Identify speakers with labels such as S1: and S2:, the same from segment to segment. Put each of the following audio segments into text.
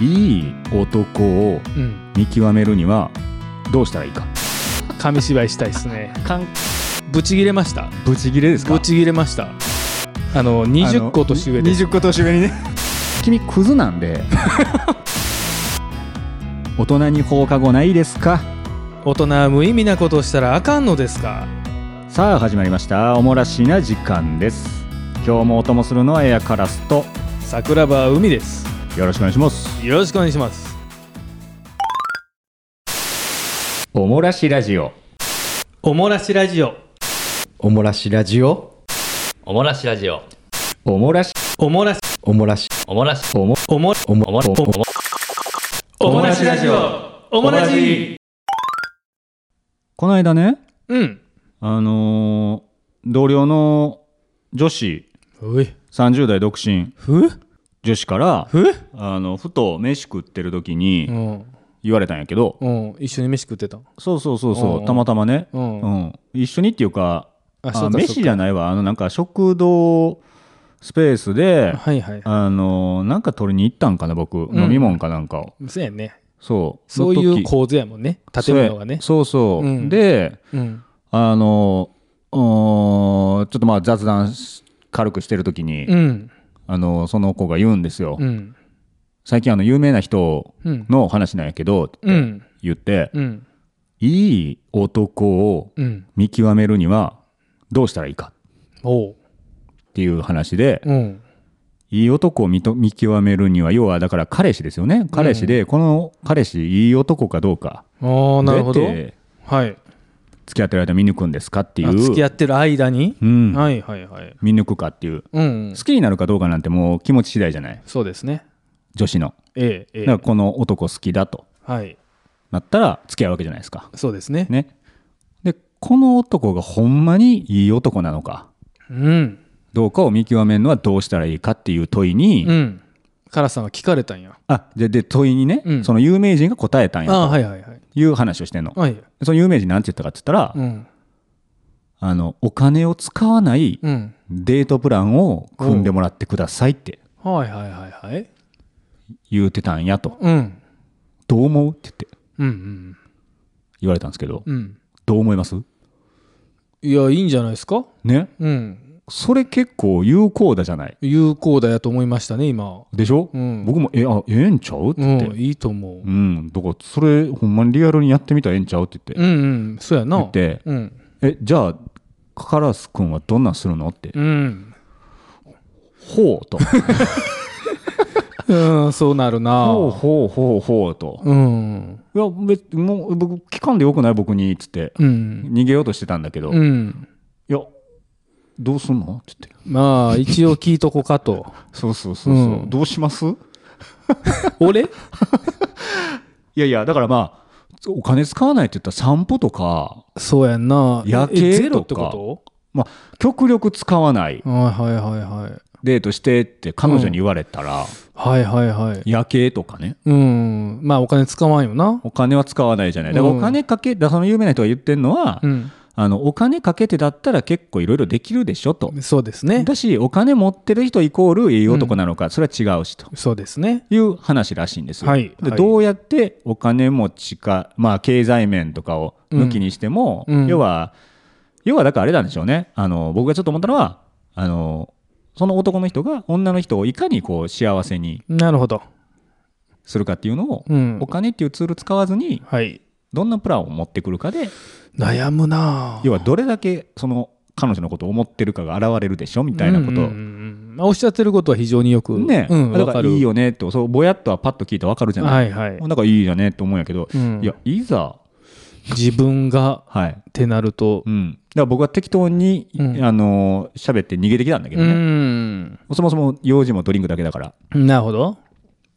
S1: いい男を
S2: うん
S1: 見極めるにはどうしたらいいか
S2: 紙芝居したいですねかんブチギレました
S1: ブチギレですか
S2: ブチギレましたあの20個年上です
S3: 20個年上にね
S1: 君クズなん で大人に放課後ないですか
S2: 大人は無意味なことをしたらあかんのですか
S1: さあ始まりましたおもらしな時間です今日もお供するのはエアカラスと
S2: 桜庭海です
S1: よろしくお願いします
S2: よろしくお願いします
S1: おもらしラジオ
S2: おもらしラジオ
S3: おもらしラジオ
S4: おもらしラジオ。
S1: おもらし
S2: おもらし
S3: おもらし
S4: おもらし、
S1: おも
S2: おも
S3: おも
S4: おもらし、
S1: お
S4: おも
S2: おもらしラジオおもらし
S1: この間ね
S2: うん
S1: あのー同僚の女子
S2: うい
S1: 30代独身
S2: ふ
S1: 女子から
S2: ふ
S1: あのふと飯食ってる時に
S2: うん
S1: 言われたんやけど、
S2: うん一緒に飯食ってた
S1: そうそうそう
S2: おう
S1: そ
S2: お
S1: う
S2: う
S1: たまたまね、
S2: うん
S1: うん、一緒にっていうか
S2: あ
S1: あ飯
S2: だ
S1: じゃないわあのなんか食堂スペースで
S2: はいはい
S1: あのなんか取りに行ったんかな僕、
S2: ん
S1: 飲み物かなんかを
S2: そうやね
S1: そう
S2: そうい
S1: の時
S2: う構図やもんね建物がね
S1: そうそうそう、
S2: うん
S1: で
S2: うん
S1: あのうーんちょっとまあ雑談し軽くしてる時に、
S2: うん
S1: あのその子が言うんですよ、
S2: うん
S1: 最近あの有名な人
S2: うん
S1: の話なんやけどって
S2: うん
S1: 言って、
S2: うん
S1: いい男を
S2: うん
S1: 見極めるにはどうしたらいいか
S2: おう
S1: っていう話で、
S2: うん
S1: いい男を見と見極めるには要はだから彼氏ですよね彼氏で、この彼氏いい男かどうか
S2: ああなるほ
S1: ど
S2: ど
S1: うやって
S2: はい
S1: 付き合ってる間見抜くんですかってい
S2: あ
S1: う
S2: 付き合ってる間に
S1: うん
S2: はいはいはい
S1: 見抜くかっていう
S2: うん
S1: 好きになるかどうかなんてもう気持ち次第じゃない
S2: そうですね
S1: 女子の
S2: えええ
S1: だ
S2: え
S1: からこの男好きだと
S2: はい
S1: なったら付き合うわけじゃないですか
S2: そうですね
S1: ねでこの男がほんまにいい男なのか
S2: うん
S1: どうかを見極めるのはどうしたらいいかっていう問いに、
S2: うんカラさんは聞かれたんや
S1: あでで問いにね、
S2: うん
S1: その有名人が答えたんや
S2: ああー
S1: と
S2: はいはいはい
S1: いう話をしてんの、
S2: はい
S1: その有名人なんて言ったかって言ったら、
S2: うん
S1: あのお金を使わない
S2: うん
S1: デートプランを組んでもらってくださいって
S2: はいはいはいはい
S1: 言うてたんやと
S2: うん
S1: どう思うって言って
S2: うんうん
S1: 言われたんですけど、
S2: うん
S1: どう思います
S2: いやいいんじゃないですか
S1: ね
S2: うん
S1: それ結構有効だじゃない
S2: 有効だやと思いましたね今
S1: でしょ、
S2: うん
S1: 僕もえあええんちゃうって
S2: う
S1: 言
S2: ん
S1: って、
S2: いいと思う
S1: うんだからそれほんまにリアルにやってみたらええんちゃうって言って、
S2: うんうんそうやな
S1: 言って
S2: うん
S1: えじゃあカラス君はどんなんするのって、
S2: うん
S1: ほうと
S2: うんそうなる な
S1: ほうほうほうほうと、
S2: うん
S1: いや別もう僕聞かんでよくない僕にっつって
S2: うん
S1: 逃げようとしてたんだけど、
S2: う
S1: い
S2: ん
S1: やどうすんのって言って
S2: まあ一応聞いとこ かと
S1: そうそうそうそう、
S2: うん
S1: どうします い
S2: 俺
S1: やいやだからまあお金使わないって言ったら散歩とか
S2: そうやんな
S1: 夜景
S2: えゼロって
S1: とか
S2: こ
S1: まあ極力使わない
S2: とはいはいはいはい
S1: デートしてって彼女に言われたら、
S2: はいはいはい
S1: 夜景とかね
S2: うんまあお金使わんよな
S1: お金は使わないじゃないだから
S2: うん
S1: お金かけだからその有名な人が言ってるのは、
S2: うん
S1: あのお金かけてだったら結構いろいろできるでしょと、
S2: そうですね
S1: だしお金持ってる人イコールいい男なのか、それは違うしと
S2: そうですね
S1: いう話らしいんですよ、
S2: はい
S1: で
S2: はい
S1: どうやってお金持ちか、まあ、経済面とかを抜きにしても、
S2: うんうん
S1: 要は要はだからあれなんでしょうねあの僕がちょっと思ったのはあのその男の人が女の人をいかにこう幸せに
S2: なるほど
S1: するかっていうのを、
S2: うん
S1: お金っていうツール使わずに
S2: はい
S1: どんなプランを持ってくるかで
S2: 悩むな
S1: 要はどれだけその彼女のことを思ってるかが現れるでしょみたいなこ
S2: うんう
S1: と
S2: んうんうんまあおっしゃってることは非常によく
S1: ね、
S2: うん、
S1: だ
S2: わ
S1: か
S2: からる
S1: いいよねってそうぼやっとはパッと聞いてわかるじゃない、
S2: はいは
S1: だ
S2: い、
S1: からいいよねって思うんやけど、
S2: うん
S1: いやいざ
S2: 自分が
S1: はい、
S2: ってなると、
S1: うん、だから僕は適当に、
S2: うん
S1: あのー喋って逃げてきたんだけど
S2: う
S1: ね、
S2: ん
S1: そもそも用事もドリンクだけだから
S2: なるほど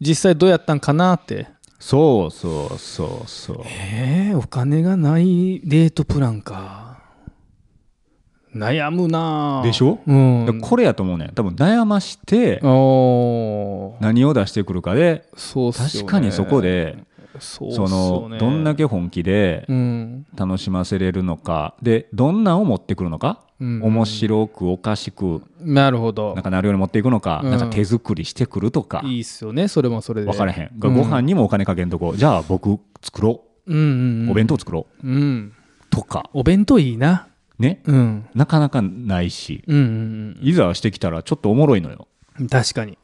S2: 実際どうやったんかなって
S1: そうそうそうそう
S2: えー、お金がないデートプランか悩むなあ
S1: でしょ
S2: うん
S1: だからこれやと思うねん多分悩まして
S2: おー
S1: 何を出してくるかで
S2: そうっすよ
S1: 確
S2: ね
S1: かにそこで
S2: そうっす
S1: そ
S2: よ
S1: の
S2: ね
S1: どんだけ本気で
S2: うん
S1: 楽しませれるのかでどんなんを持ってくるのか、
S2: うん
S1: 面白くおかしく
S2: なるほど
S1: なんかなるように持っていくのか,、
S2: うん
S1: なんか手作りしてくるとか
S2: いいっすよねそれもそれで
S1: 分からへん、
S2: う
S1: ご飯にもお金かけんとこじゃあ僕作ろ
S2: うんうんうん
S1: うお弁当作ろう
S2: うん
S1: とか
S2: お弁当いいな
S1: ね
S2: うん
S1: なかなかないし
S2: うんうん
S1: いざしてきたらちょっとおもろいのよ
S2: うん確かに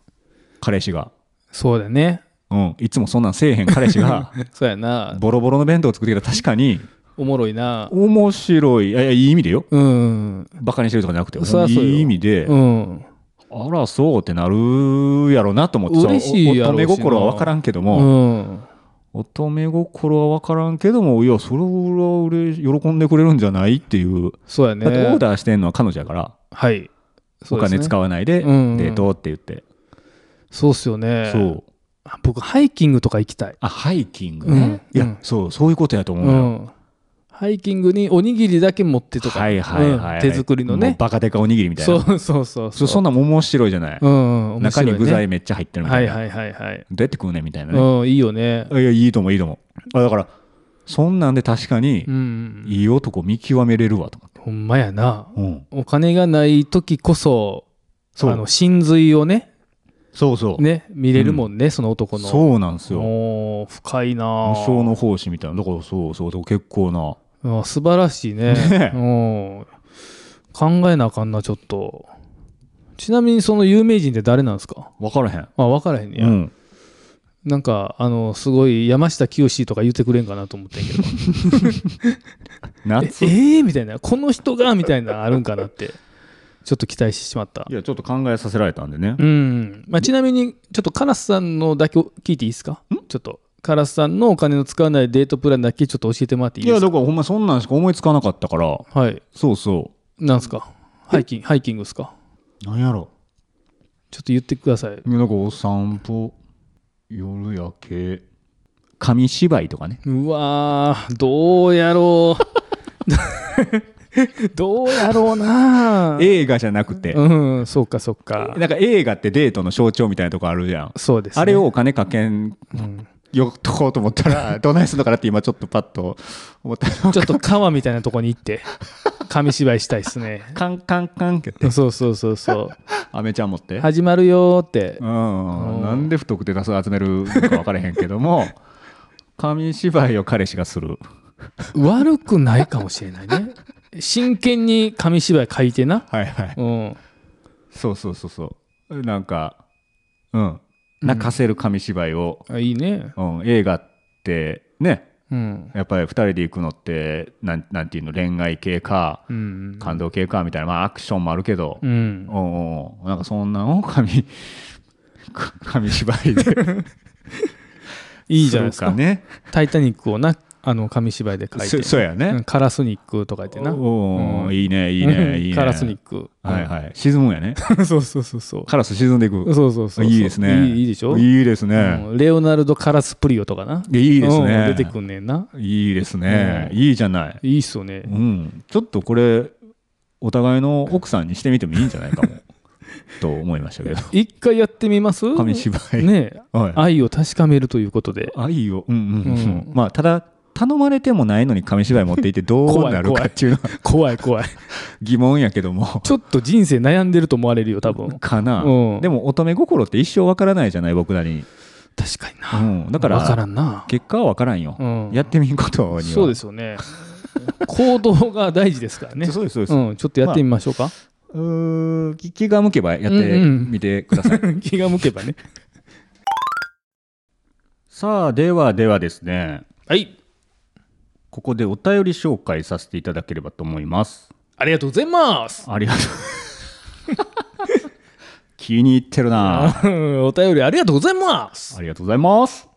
S1: 彼氏が、
S2: そうだね
S1: うん、いつもそんなんせえへん彼氏 が
S2: そうやな
S1: ボロボロの弁当を作ってきたら確かに
S2: おもろいな
S1: 面白いいやいやいい意味でよ
S2: うん
S1: バカにしてるとかじゃなくて
S2: そりゃそうよ
S1: いい意味で、
S2: うん
S1: あらそうってなるやろなと思って
S2: 嬉しいやろ
S1: 乙
S2: うしな
S1: 女心は分からんけど
S2: う
S1: も、
S2: ん
S1: 乙女心は分からんけどもいやそれは俺喜んでくれるんじゃないっていう、
S2: そうや
S1: だってオ
S2: ね
S1: ーダーしてんのは彼女やから、
S2: はいそ
S1: お
S2: うですね
S1: 金使わないでデ
S2: うん
S1: ートって言って、
S2: そうっすよね
S1: そう
S2: あ僕ハイキングとか行きたい
S1: あハイキングね、
S2: う
S1: い
S2: ん
S1: や、
S2: うん
S1: そうそういうことやと思う
S2: う
S1: のよ、
S2: んハイキングにおにぎりだけ持ってとか
S1: はいはいはい、
S2: うん手作りの
S1: もう
S2: ね
S1: バカでかおにぎりみたいな
S2: そ
S1: そう
S2: そうそう
S1: そんなんも面白いじゃない、
S2: うんうん面
S1: 中
S2: 白いね
S1: に具材めっちゃ入ってるみた
S2: はいい
S1: な、
S2: はいはいはい
S1: どうやって食うねみたいなね、
S2: うんいいよね
S1: いやいいともいいともあだからそんなんで確かに
S2: うん
S1: いい男見極めれるわと思って、
S2: ほんまやな
S1: うん、
S2: お金がない時こそ
S1: そう
S2: あの真髄をね
S1: そうそう、
S2: ね見れるもんね、その男の
S1: そうなんですよ
S2: おー深いな
S1: 無
S2: ぁ
S1: 償の奉仕みたいなだからそうそうそう結構な
S2: うん素晴らしいね
S1: ね
S2: うん考えなあかんなちょっとちなみにその有名人って誰なんですか
S1: 分からへん
S2: あ分からへんねや、
S1: うん、
S2: なんかあのすごい山下清とか言ってくれんかなと思って んけどえ
S1: 夏い
S2: えー、みたいなこの人がみたいなのあるんかなってちょっと期待してしまった
S1: やちょっと考えさせられたんでね
S2: うん、まあ、ちなみにちょっとカラスさんのだけ聞いていいですかちょっとカラスさんのお金の使わないデートプランだけちょっと教えてもらっていい
S1: い
S2: で
S1: や
S2: すか
S1: だからほんまそんなんしか思いつかなかったから
S2: はい
S1: そうそ
S2: なんすかハイキングハイキングですか
S1: うなんやろ
S2: ちょっと言ってください
S1: いやなんかお散歩夜夜景紙芝居とかね
S2: うわーどう やろうどうやろうな
S1: 映画じゃなくて、
S2: うんそうかそうか
S1: なんか映画ってデートの象徴みたいなとこあるじゃん、
S2: そうです、ね、
S1: あれをお金かけん
S2: うん
S1: よっとこうと思ったらどないするのかなって今ちょっとパッと思った
S2: ちょっと川みたいなとこに行って紙芝居したいですね
S1: カンカンカンってやって
S2: そうそうそうそ
S1: アメちゃん持って
S2: う始まるよーって
S1: うん
S2: うん
S1: なんで太くて多数集めるのか分からへんけども紙芝居を彼氏がする
S2: 悪くないかもしれないね真剣に紙芝居書いてな
S1: はいはい
S2: うん
S1: そうそうそうそうなんかうん泣かせる紙芝居を、
S2: あいいね
S1: うん映画ってね
S2: うん
S1: やっぱり2人で行くのってなんなんていうの恋愛系か
S2: うん
S1: 感動系かみたいな、まあ、アクションもあるけど、
S2: う
S1: うんんうんなんかそんなんを 紙紙芝居で
S2: いいじゃないですか
S1: するね
S2: タイタニックをなあの紙芝居で書い
S1: そ
S2: て
S1: そうやね、
S2: うんカラスニックとか言ってな
S1: おお、
S2: うん
S1: いいねいい
S2: うん
S1: ねいいね
S2: カラスニック
S1: はいはい沈むんや ね
S2: いそうそうそうそう
S1: カラス沈んでいく
S2: そうそうそう
S1: いいですね
S2: いいいいでしょ
S1: いいですね
S2: うんレオナルド・カラスプリオとかない
S1: やいいです
S2: う
S1: ね
S2: ん出てくんねんない
S1: いですね
S2: うん
S1: いいじゃない
S2: いいっすよね
S1: うんちょっとこれお互いの奥さんにしてみてもいいんじゃないか もと思いましたけど
S2: 一回やってみます
S1: 紙芝居
S2: ねえ
S1: はい
S2: 愛を確かめるということで
S1: 愛をうんうんう
S2: うん
S1: んまあただ頼まれてもないのに紙芝居持っていてどうなるかっていうのは
S2: 怖い 怖い
S1: 疑問やけども
S2: ちょっと人生悩んでると思われるよ、多分。
S1: かな
S2: うん
S1: でも乙女心って一生わからないじゃない僕らに
S2: 確かにな。
S1: うんだから
S2: わからんな。
S1: 結果はわからんよ
S2: うん
S1: やってみんことには
S2: そうですよね。行動が大事ですから ね。
S1: そうですそうです
S2: うん、ちょっとやってみまし ょうか。
S1: うーん気気が向けばやってみてください、
S2: 気が向けばね。
S1: さあではではですね
S2: はい。
S1: ここでお便り紹介させていただければと思います
S2: ありがとうございます。
S1: ありがとう 気に入ってる な
S2: うんお便りありがとうございます。
S1: ありがとうございます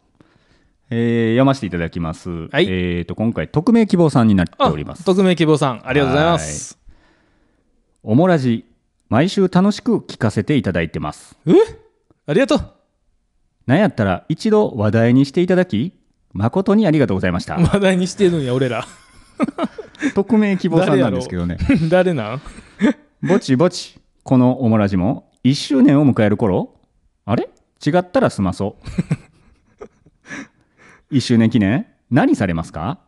S1: えー読ませていただきます、
S2: はい
S1: えーと今回匿名希望さんになっております
S2: 匿名希望さん、ありがとうございます。
S1: おもらじ毎週楽しく聞かせていただいてます
S2: えありがとう。
S1: なんやったら一度話題にしていただき誠にありがとうございました
S2: 話題にしてるんや、俺ら。
S1: 匿名希望さんなんですけどね
S2: 誰なん
S1: ぼちぼち、このオモラジも1周 年を迎える頃、あれ違ったら済まそう。 1周年記念何されますか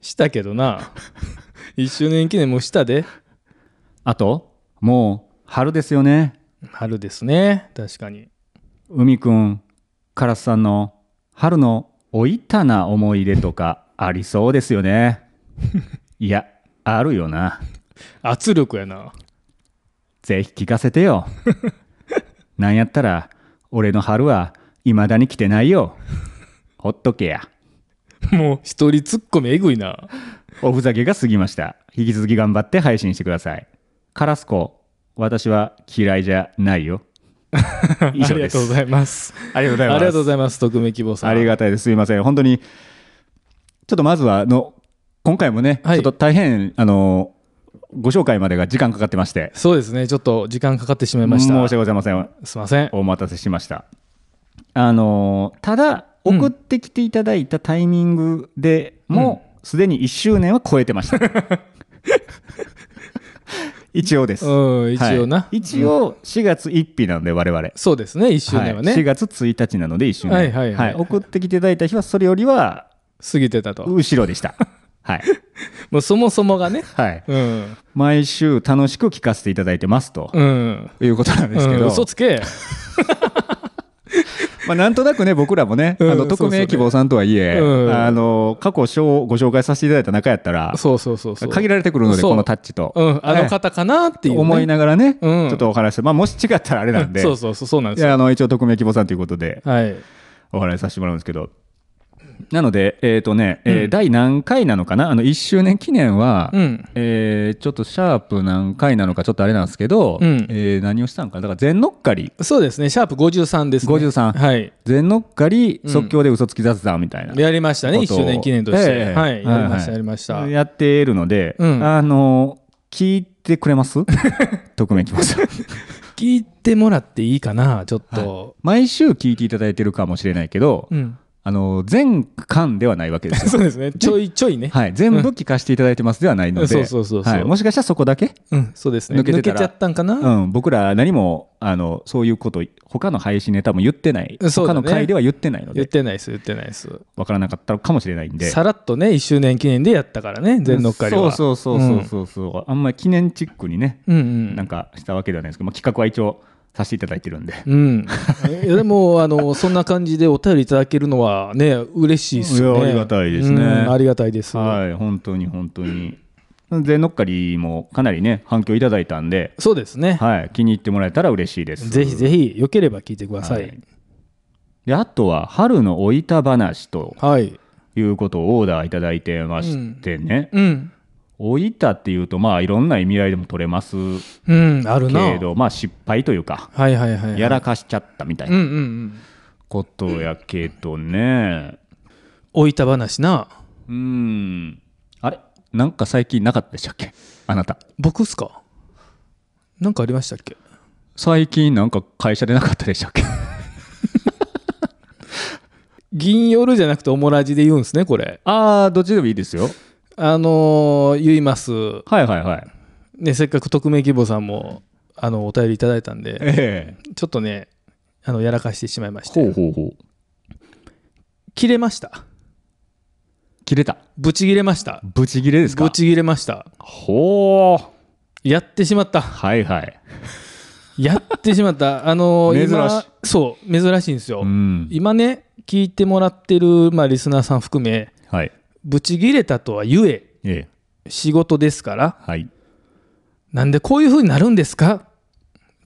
S2: したけどな。1周年記念もしたで。
S1: あともう春ですよね
S2: 春ですね。確かに。
S1: 海くんカラスさんの春のおいたな思い出とかありそうですよね いやあるよな
S2: 圧力やな。
S1: ぜひ聞かせてよなんやったら俺の春は未だに来てないよほっとけや
S2: もう一人ツッコミえぐいな。
S1: おふざけが過ぎました引き続き頑張って配信してくださいカラスコ私は嫌いじゃないよ以上
S2: あり
S1: で
S2: がとうご
S1: す
S2: ざいます。
S1: ありがとうご
S2: ありがとうご
S1: い
S2: ざいます。匿名希望さん。
S1: あり
S2: が
S1: がたいですすいません本当にちょっとまずはあの今回もね、
S2: はい
S1: ちょっと大変あのご紹介までが時間かかってまして
S2: そうですね。ちょっと時間かかってしまいま
S1: 申
S2: し。
S1: した訳ございません
S2: すいません。
S1: お待たせしましたあのーただ
S2: うん
S1: 送ってきていただいたタイミングでもうすでに1周年は超えて ました一応です、
S2: うん、一応な。
S1: はい一応4月1日なので我々
S2: そうですね。1周年はね。
S1: い、4月1日なので1周年、
S2: はいはいはい
S1: 送ってきていただいた日はそれよりは
S2: 過ぎてたと。
S1: 後ろで したはい、
S2: もうそもそもがね。
S1: はい、
S2: うん。
S1: 毎週楽しく聞かせていただいてますと、
S2: うん。
S1: いうことなんですけ
S2: う
S1: ど、
S2: ん嘘 つけ。
S1: まあ、なんとなくね、僕らもね、あ
S2: うん
S1: の
S2: そうそ
S1: 匿
S2: うね
S1: 名希望さんとはいえ、
S2: うん
S1: あの過去しょうご紹介させていただいた中やったら、
S2: そうそうそうそう。
S1: 限られてくるので、
S2: そう
S1: このタッチと、
S2: うん、あ
S1: は
S2: の
S1: い
S2: 方かなっていう、ね
S1: 思いながらね、
S2: うん
S1: ちょっとお話して、まあ、もし違ったらあれなんで、
S2: そうそうそう、そうなん
S1: い
S2: ですよ。
S1: やあの一応、匿名希望さんということで、
S2: はい。
S1: お話しさせてもらうんですけど、なので、えっ、とね、えー
S2: うん
S1: 第何回なのかな、あの1周年記念は、
S2: うん。
S1: えーちょっとシャープ何回なのかちょっとあれなんですけど、
S2: うん
S1: えー何をしたんかなだから全乗っかり
S2: そうですね、シャープ53ですね。
S1: 53
S2: はい。
S1: 全乗っかり
S2: うん
S1: 即興で嘘つき雑談みたいな、
S2: やりましたね、1
S1: ことを
S2: 周年記念として。
S1: ええ
S2: は
S1: は
S2: い。や
S1: い
S2: り
S1: は
S2: まし
S1: い
S2: た、やりました。
S1: やっているので、
S2: うん
S1: あの聞いてくれます 匿名希望さん
S2: 聞いてもらっていいかな、ちょっと。
S1: 毎週聞いていただいてるかもしれないけど、
S2: うん。
S1: あの全巻ではないわけですよ
S2: そうですね、ちょいちょいね。
S1: はい、全部聞かせていただいてますではないので、
S2: そうそうそうそう
S1: はいもしかしたらそこだけ、
S2: うん、そうですね。
S1: 抜
S2: 抜
S1: けて
S2: け
S1: たら
S2: ちゃったんか
S1: う
S2: な。
S1: ん、僕ら何もあのそういうこと他の配信ネタも言ってない、
S2: そう
S1: 他
S2: だね
S1: の回では言ってないの
S2: 言っ
S1: で
S2: てないです、言ってないです。
S1: 分からなかったかもしれないんで
S2: さらっとね、1周年記念でやったからね、全乗っかりは。
S1: そうそうそうそうそう、うあんまり記念チックにね
S2: うん。うん
S1: なんかしたわけではないですけど、まあ、企画は一応させていただいてるんで、
S2: うん、 いやでもあのそんな感じでお便りいただけるのはね嬉しいです
S1: い
S2: よね
S1: やありがたいですね
S2: うんありがたいです、
S1: はい本当に本当に全のっかりもかなりね反響いただいたんで、
S2: そうですね、
S1: はい、気に入ってもらえたら嬉しいです
S2: ぜひぜひよければ聞いてくださ
S1: はい
S2: い
S1: であとは春のおいた話と
S2: はい、
S1: いうことをオーダーいただいてましてね、
S2: うん
S1: おいたっていうとまあいろんな意味合いでも取れます
S2: うんあるな
S1: けどまあ失敗というか
S2: はいはいはいはい
S1: やらかしちゃったみたい
S2: うん
S1: な
S2: うんうん
S1: ことやけどね
S2: 置いた話な
S1: うんあれなんか最近なかったでしたっけあなた
S2: 僕っすかなんかありましたっけ
S1: 最近なんか会社でなかったでしたっけ
S2: 銀夜じゃなくてオモラジで言うんですねこれ
S1: ああどっちでもいいですよ
S2: あのー言います
S1: はいはいはい
S2: ねせっかく匿名希望さんもあのお便りいただいたんで
S1: ええ
S2: ちょっとねあのやらかしてしまいまし
S1: ほう
S2: て
S1: ほうほう
S2: 切れました
S1: 切れた
S2: ブチ切れました
S1: ブチ切れですか
S2: ブチ切れました
S1: ほう
S2: やってしまった
S1: はいはい
S2: やってしまったあのー今
S1: 珍しい
S2: そう珍しいんですよ、
S1: うん
S2: 今ね聞いてもらってる、まあ、リスナーさん含め
S1: はい
S2: ブチギレたとはゆえ
S1: ええ
S2: 仕事ですから
S1: はい
S2: なんでこういう風になるんですか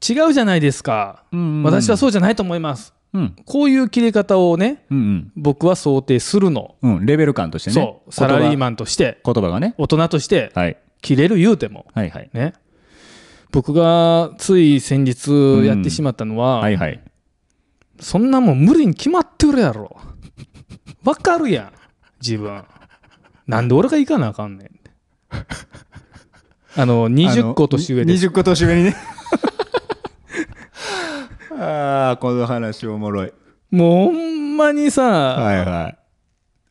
S2: 違うじゃないですか、
S1: うん
S2: 私はそうじゃないと思います
S1: うん
S2: こういう切れ方をね
S1: うん
S2: 僕は想定するの、
S1: うんうんレベル感としてね
S2: そうサラリー
S1: ン
S2: マンとして
S1: 言葉がね
S2: 大人として
S1: はい
S2: 切れる言うても
S1: はいはい
S2: ね僕がつい先日やってしまったのは、
S1: はいはい
S2: そんなもん無理に決まってるやろ。わかるやん、自分。なんで俺が行かなあかんねんって。あの、20個年上です。
S1: 20個年上にね ああこの話おもろい
S2: もうほんまにさ、
S1: はいは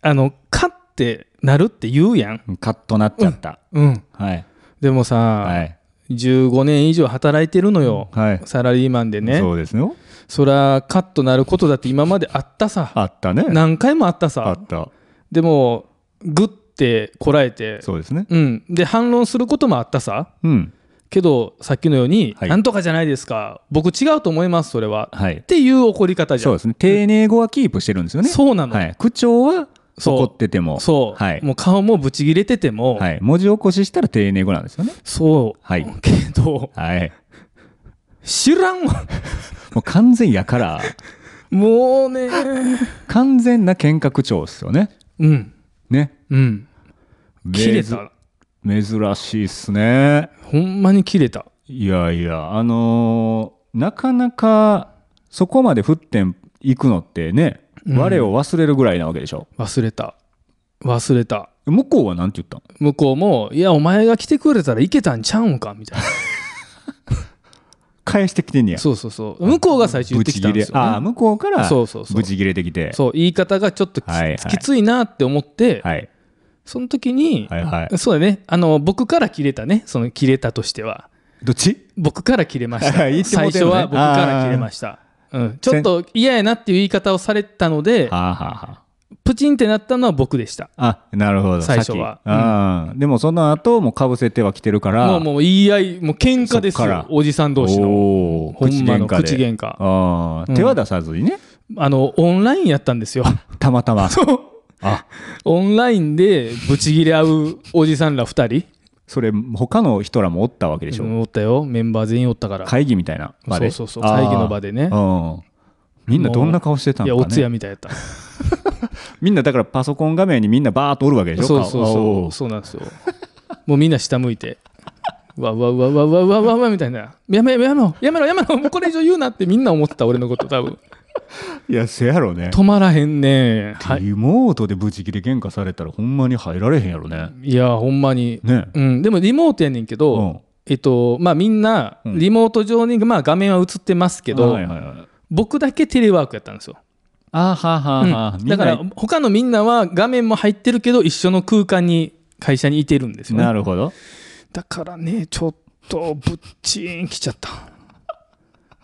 S2: あの、勝ってなるって言うやん。
S1: いカッとなっちゃった、
S2: うん。
S1: はい
S2: でもさ、
S1: はい
S2: 15年以上働いてるのよ、
S1: はい
S2: サラリーマンでね
S1: そうですよ
S2: そらカットなることだって今まであったさ
S1: あったね
S2: 何回もあった
S1: あ
S2: さ
S1: った
S2: でもグッてこらえて
S1: そうですね
S2: うんで反論することもあったさ
S1: うん
S2: けどさっきのように、
S1: はい
S2: なんとかじゃないですか僕違うと思いますそれは、
S1: はい
S2: っていう怒り方じゃ
S1: そ
S2: ん
S1: うですね丁寧語はキープしてるんですよね
S2: そうなの
S1: はい、口調は
S2: そう
S1: 怒ってても
S2: そう
S1: はい
S2: もう顔もブチ切れてても、
S1: はい、文字起こししたら丁寧語なんですよね
S2: そう、
S1: はい
S2: けど
S1: はい
S2: 知らんわ
S1: もう完全やから
S2: もうね
S1: 完全な喧嘩口調ですよね
S2: うん
S1: ね
S2: うん切れた
S1: めず珍しいっすね
S2: ほんまに切れた
S1: いやいやあのーなかなかそこまで沸点いくのってね、
S2: うん
S1: 我を忘れるぐらいなわけでしょ
S2: 忘れた忘れた
S1: 向こうはなんて言ったの
S2: 向こうも「いやお前が来てくれたらいけたんちゃうんか」みたい
S1: 返してきてんね
S2: な
S1: や
S2: そうそうそう向こうが最初言ってきたんです
S1: ブチ
S2: よ、ね、
S1: ギレああ向こうから
S2: そうそうそう
S1: ブチ切れてきて
S2: そう言い方がちょっとき,、
S1: はいはい
S2: ついなって思って、
S1: はい
S2: その時に、
S1: はいはい
S2: そうだねあの僕から切れたねその切れたとしては
S1: どっち
S2: 僕から切れまし た、
S1: 言っても
S2: 最
S1: うて
S2: 初
S1: んのね
S2: は僕から切れました、うん、ちょっと嫌やなっていう言い方をされたので
S1: はあ、はあは
S2: プチンってなったのは僕でした
S1: あ、あなるほど
S2: 最初は
S1: 先ああでもその後もかぶせてはきてるから
S2: もうもう言い合いもう喧嘩です
S1: そっか
S2: よ
S1: ら
S2: おじさん同士の
S1: おー
S2: ほんまの
S1: 口喧
S2: 口
S1: 嘩で
S2: 喧嘩
S1: あー
S2: うん
S1: 手は出さずにね、
S2: あのオンラインやった んですよ
S1: たまたまあ
S2: オンラインでブチギレ合うおじさんら2人
S1: それ他の人らもおったわけでしょ、
S2: うんおったよメンバー全員おったから
S1: 会議みたいな場で
S2: そうそうそう会議の場でね
S1: あーうんみんなどんな顔してたん
S2: い
S1: か、
S2: や
S1: ね、
S2: おつやみたいやった
S1: みんなだからパソコン画面にみんなバーっとおるわけでしょ
S2: そうそうそうそうなんですよもうみんな下向いてわわわわわわわわみたいなやめろやめろやめろやめろもうこれ以上言うなってみんな思ってた俺のこと多分
S1: ういやせやろね
S2: 止まらへんねはい
S1: リモートでブチ切れ喧嘩されたらほんまに入られへんやろね
S2: いやほんまに、
S1: ね
S2: うん、でもリモートやねんけど、
S1: うん
S2: えっとまあ、みんな
S1: うん
S2: リモート上に、まあ、画面は映ってますけど、
S1: はいはいはい
S2: 僕だけテレワークやったんですよ、
S1: あーはーはーはー
S2: うん
S1: みんな
S2: だから他のみんなは画面も入ってるけど一緒の空間に会社にいてるんですよね
S1: なるほど
S2: だからねちょっとぶっちーんきちゃった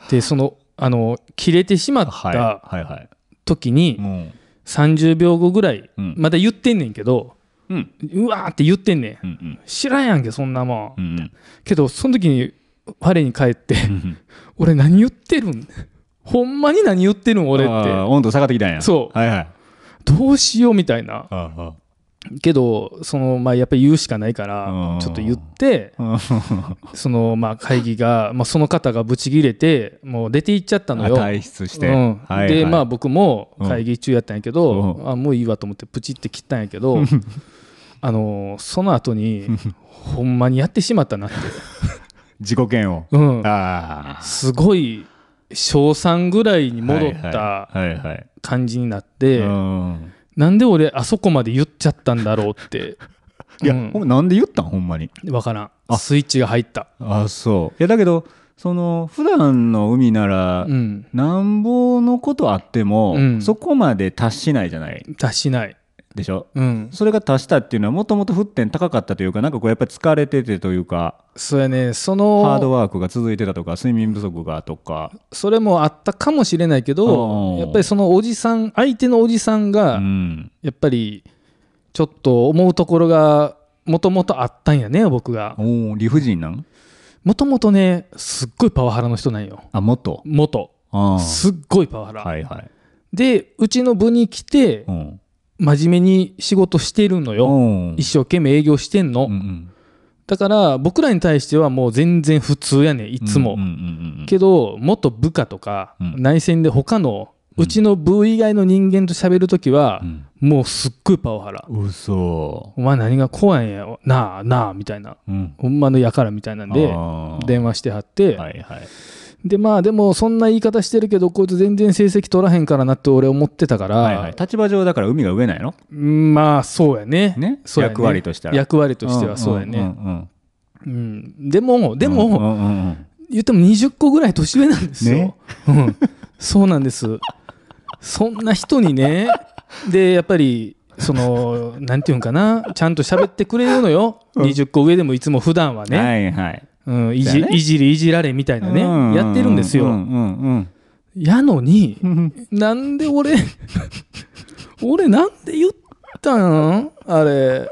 S2: でそのあの切れてしまっ
S1: はい
S2: た
S1: はいはい
S2: 時に
S1: うん
S2: 30秒後ぐらい
S1: うん
S2: まだ言ってんねんけど、
S1: うん
S2: うわーって言ってんね
S1: う
S2: ん
S1: んうん
S2: 知らんやんけそんなもん、
S1: うんうん
S2: けどその時に我に返って
S1: ん
S2: 俺何言ってるんほんまに何言ってるん俺
S1: あー
S2: っ
S1: 温度下がってきたんや
S2: そう
S1: はいはい
S2: てどうしようみたいな
S1: あーは
S2: けどそのまあやっぱり言うしかないか
S1: う
S2: ら
S1: ん
S2: ちょっと言って
S1: ー
S2: そのまあ会議がまあその方がブチ切れてもう出て行っちゃったの
S1: あ
S2: よ
S1: 退出して、
S2: うん
S1: はいはい
S2: でまあ僕も会議中やったんやけど、
S1: う
S2: あもういいわと思ってプチって切ったんや けどあのーその後にほんまにやってしまった なって、
S1: 自己嫌悪
S2: うん、
S1: ああ
S2: すごい小3ぐらいに戻った
S1: はいはいはいはい
S2: 感じになって、
S1: うん
S2: なんで俺あそこまで言っちゃったんだろうって
S1: いや、
S2: うん
S1: ほんまなんで言ったんほんまに
S2: 分からん
S1: あ
S2: スイッチが入った、
S1: あそういやだけどその普段の海なら、
S2: うん、
S1: なんぼのことあっても、
S2: うん
S1: そこまで達しないじゃない
S2: 達しない、
S1: でしょ
S2: うん、
S1: それが達したっていうのはもともと沸点高かったというかなんかこうやっぱり疲れててというか
S2: そうやねそ
S1: ハード
S2: の
S1: ワークが続いてたとか睡眠不足がとか、
S2: それもあったかもしれないけ
S1: う
S2: ど
S1: ん
S2: やっぱりそのおじさん相手のおじさんが、
S1: うん、
S2: やっぱりちょっと思うところがもともとあったんやね僕が
S1: おお理不尽なん
S2: もともとねすっごいパワハラの人なんよ
S1: あ元
S2: 元
S1: あ
S2: すっごいパワハ
S1: あ
S2: ラ、
S1: はいはい、
S2: でうちの部に来て
S1: うん、
S2: 真面目に仕事してるのよ
S1: うん
S2: 一生懸命営業してんの、
S1: うんうん
S2: だから僕らに対してはもう全然普通やねいつも、
S1: うんうんうんうん
S2: けど元部下とか
S1: うん
S2: 内戦で他のうちの部以外の人間と喋るときは
S1: うん
S2: もうすっごいパワハラ、
S1: 嘘
S2: お前何が怖いんやろなあなあみたいな
S1: うん
S2: ほんまのやからみたいなんで
S1: あー
S2: 電話してはって、
S1: はいはい
S2: でまあでもそんな言い方してるけどこいつ全然成績取らへんからなって俺思ってたから、
S1: はいはい立場上だから海が上なんやろ
S2: うんまあそうやね
S1: ね
S2: そうやね
S1: 役割としては
S2: 役割としてはそうやね、うん
S1: んんん
S2: でもでも、
S1: うんうんうんうん
S2: 言っても20個ぐらい年上なんですよ、
S1: ね
S2: うん、そうなんですそんな人にねでやっぱりそのなんていうんかなちゃんと喋ってくれるのよ20個上でもいつも普段はね、
S1: はいはい、
S2: ううん、い
S1: そ
S2: じ
S1: うやね
S2: いじりいじられみたいなね、
S1: うん
S2: やってるんですよ、
S1: うんうんうん
S2: やのに
S1: うん
S2: なんで俺俺なんで言ったんあれ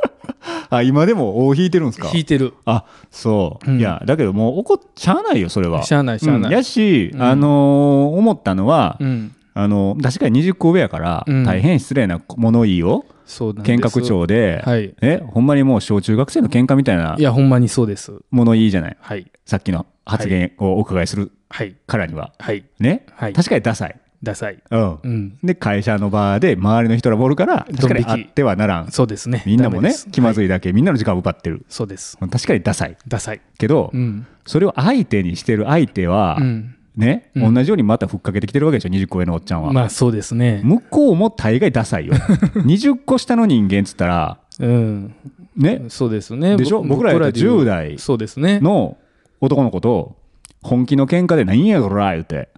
S1: あ今でも尾を引いてるんですか
S2: 引いてる
S1: あそう、
S2: うん
S1: いやだけどもう怒っちゃあないよそれは
S2: しゃあないしゃあ
S1: う
S2: なんい、
S1: やし、
S2: うん
S1: あのー思ったのは、
S2: うん
S1: あの確かに20個上やから、
S2: うん
S1: 大変失礼な物言いを
S2: そうなんです
S1: 喧嘩口調で、
S2: はい
S1: えほんまにもう小中学生の喧嘩みたいない
S2: やほんまにそうです
S1: 物言いじゃない
S2: はい
S1: さっきの発言をお伺いする
S2: はい
S1: からには、
S2: はい
S1: ね、
S2: はい
S1: 確かにダサい、
S2: ダサい
S1: うん
S2: うん
S1: で会社の場で周りの人らボるから
S2: ドン引き
S1: 確かにあってはならん
S2: そうですね
S1: みんなも
S2: ダメ
S1: ね
S2: です
S1: 気ま
S2: はい
S1: ずいだけ、みんなの時間を奪ってる
S2: そうです
S1: 確かにダサい
S2: ダサい
S1: けど、
S2: うん
S1: それを相手にしてる相手は、
S2: うん
S1: ね、
S2: うん
S1: 同じようにまたふっかけてきてるわけでしょ20個上のおっちゃんは、
S2: まあそうですね
S1: 向こうも大概ダサい よ20個下の人間っつったら
S2: うん
S1: ね
S2: そうですね
S1: でしょ
S2: ぼ
S1: 僕らやったら
S2: で言う
S1: 10代
S2: そうですね
S1: の男の子と本気の喧嘩で「何やこら」言うて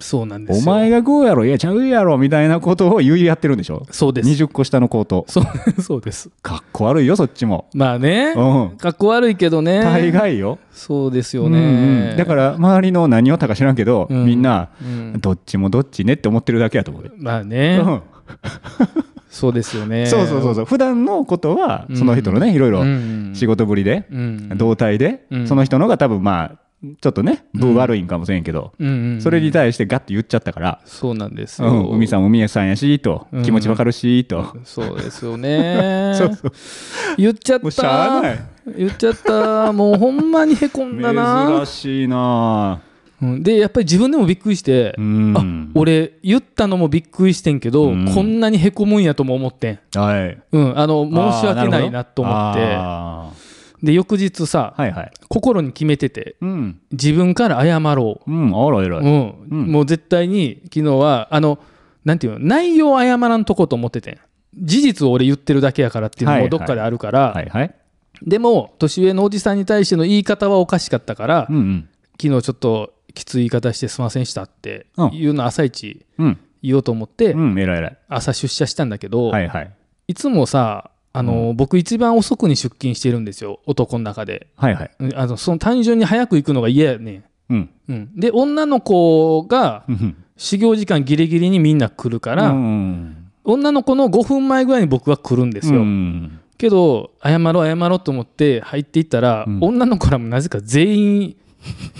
S2: そうな
S1: 「
S2: んです
S1: お
S2: よ
S1: 前がこうやろいやちゃうやろ」みたいなことを言い合ってるんでしょ
S2: そうです
S1: 20個下の子と
S2: そうそう です
S1: かっこ悪いよそっちも、
S2: まあね
S1: うん、
S2: かっこ悪いけどね
S1: 大概よ、
S2: そうですよ
S1: うんう
S2: ね
S1: んだからら周りの何をたか知らんけど、
S2: うん
S1: みんな
S2: うん
S1: どっちもどっちねって思ってるだけやと思うよ、
S2: まあ
S1: う
S2: ね
S1: ん
S2: そうですよね
S1: そうそうそうそう普段のことはその人のねいろいろ
S2: うん
S1: 仕事ぶりで
S2: うん
S1: 動体で
S2: うん
S1: その人のが多分まあちょっとね分悪いんかもしれんけど
S2: うんうんうん
S1: それに対してガッて言っちゃったから
S2: そうなんです
S1: う
S2: よ
S1: ん海さんも海江さんやしと
S2: うん
S1: 気持ちわかるしと
S2: そうですよね
S1: そうそう
S2: 言っちゃっ
S1: もう
S2: た
S1: しゃあない
S2: 言っちゃったもうほんまにへこんだな
S1: 珍、しいな
S2: うんでやっぱり自分でもびっくりして、
S1: あうん
S2: あ俺言ったのもびっくりしてんけど、
S1: うん
S2: こんなにへこむんやとも思ってん、
S1: はい
S2: うん、あの
S1: あー
S2: 申し訳ないなと思って
S1: るほどあ
S2: で翌日さ、
S1: ーはいはい
S2: 心に決めてて
S1: うん
S2: 自分から謝ろ
S1: うんあらえ
S2: う、
S1: ら
S2: う
S1: い
S2: ん
S1: うん
S2: もう絶対に昨日はあのなんていうの内容を謝らんとこと思っててん事実を俺言ってるだけやからっていうの
S1: はいは
S2: も
S1: い
S2: どっかであるから、
S1: はいはい
S2: でも年上のおじさんに対しての言い方はおかしかったから、
S1: うんうん
S2: 昨日ちょっときつい言い方してすいませんでしたって
S1: うん
S2: いうの朝一
S1: うん
S2: 言おうと思って
S1: うんえらいえらい
S2: 朝出社したんだけど、、
S1: はいいはい
S2: つもさあの、僕一番遅くに出勤してるんですよ男の中で
S1: はいはい
S2: うんあのその単純に早く行くのが嫌やね
S1: うん
S2: ん、うん、で女の子が
S1: うん
S2: 始業時間ギリギリにみんな来るから、
S1: うん
S2: 女の子の5分前ぐらいに僕は来るんですよ、
S1: うん
S2: けど謝ろう謝ろうと思って入っていったら、
S1: うん
S2: 女の子らもなぜか全員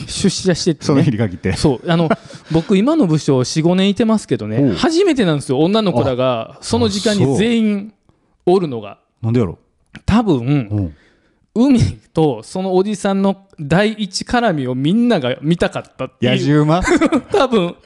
S2: 出社してって、ね、
S1: その日に限って
S2: そうあの僕今の部署45年いてますけど
S1: おう
S2: ね初めてなんですよ女の子らがその時間
S1: あそう
S2: に全員おるのが
S1: なんでやろ
S2: 多分
S1: うん
S2: 海とそのおじさんの第一絡みをみんなが見たかったって
S1: 野
S2: いう
S1: 獣馬
S2: 多分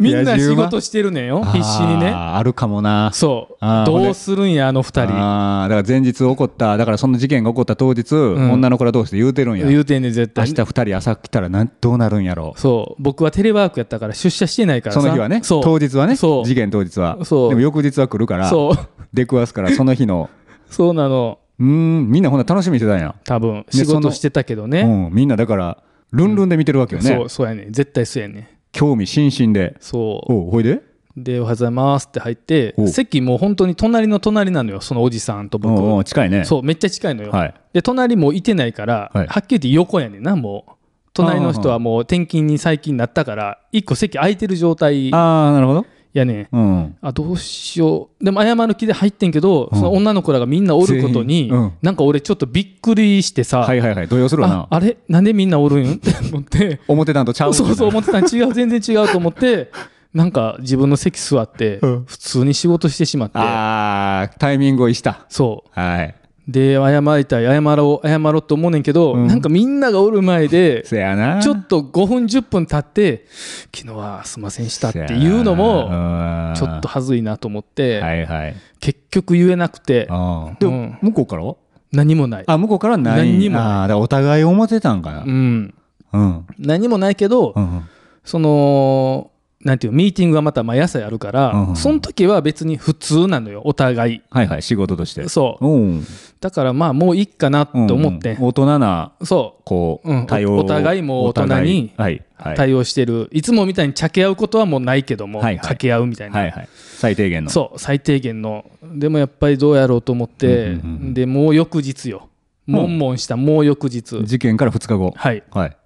S2: みん
S1: 野
S2: な
S1: 獣
S2: 仕
S1: 馬
S2: 事してるねんよ必死にね
S1: あーあるかもな
S2: そう
S1: あーほん
S2: ど
S1: で
S2: うするんやあの二人
S1: あーだから前日起こっただからその事件が起こった当日、
S2: ん
S1: 女の子ら同士で言うてるんや
S2: 言うてんねん絶
S1: 明
S2: 対
S1: 日2人朝来たらなんどうなるんやろ
S2: そう僕はテレワークやったから出社してないからさ
S1: その日はね
S2: そう
S1: 当日はね
S2: そう
S1: 事件当日は
S2: そう
S1: でも翌日は来るから
S2: そう
S1: 出くわすからその日の
S2: そうなの
S1: うーんみんなほんな楽しみにしてたんや、
S2: 多分仕
S1: そ
S2: 事
S1: の
S2: してたけどね
S1: うん、みんなだからルンルンで見てるわけよね、
S2: そうそうやね絶対そうやね
S1: 興味津々で
S2: そう
S1: おうほいで
S2: で「おはようございます」って入って
S1: お
S2: 席もう本当に隣の隣なのよそのおじさんと僕
S1: おうおう近いね
S2: そうめっちゃ近いのよ、
S1: はい
S2: で隣もいてないから、
S1: はい
S2: はっきり言って横やねんなもう隣の人はもう転勤に最近なったから一個席空いてる状態
S1: ああなるほど
S2: やねん
S1: うん
S2: あどうしようでも謝る気で入ってんけど、
S1: うん
S2: その女の子らがみんなおること
S1: 全
S2: に、
S1: 員うん
S2: なんか俺ちょっとびっくりしてさ、
S1: はいはいはい動揺するわ
S2: あ
S1: な
S2: あれなんでみんなおるんって思って
S1: 思ってたんとちゃう
S2: そうそう思ってたん違う全然違うと思ってなんか自分の席座って
S1: うん
S2: 普通に仕事してしまって、
S1: ああタイミングを逸した
S2: そ
S1: はい。
S2: うで謝りたい謝ろう謝ろうと思うねんけど、
S1: うん
S2: なんかみんながおる前で
S1: せやな。
S2: ちょっと5分10分経って昨日はすいませんしたっていうのも
S1: も
S2: ちょっと。はずいなと思って、
S1: はいはい。
S2: 結局言えなくて
S1: あー
S2: う
S1: で
S2: ん
S1: も、向こうからは
S2: 何もない、
S1: あ、向こうからはない。
S2: 何にもない
S1: あーだからお互い思ってたんかな。
S2: うん、
S1: うん。
S2: 何もないけど、
S1: うん
S2: そのなんていうミーティングはまた毎朝あるから、
S1: うん
S2: その時は別に普通なのよお互い
S1: はいはい、仕事として。
S2: そう
S1: うん。
S2: だからまあもういいかなと思って、
S1: うん大人な、
S2: そ
S1: こ
S2: うん
S1: う、対応を。
S2: お互いもう大人に
S1: お互いは
S2: う
S1: いはい。
S2: 対応してる、い、つもみたいに茶け合うことはもうないけども、
S1: はいはい
S2: 掛け合うみたいな、
S1: はいはい。最低限の。
S2: そう最低限のでもやっぱりどうやろうと思って、
S1: うんうんうん
S2: でもう翌日よもんもんしたもう翌日、
S1: 事件から2日後。
S2: はい、
S1: はい。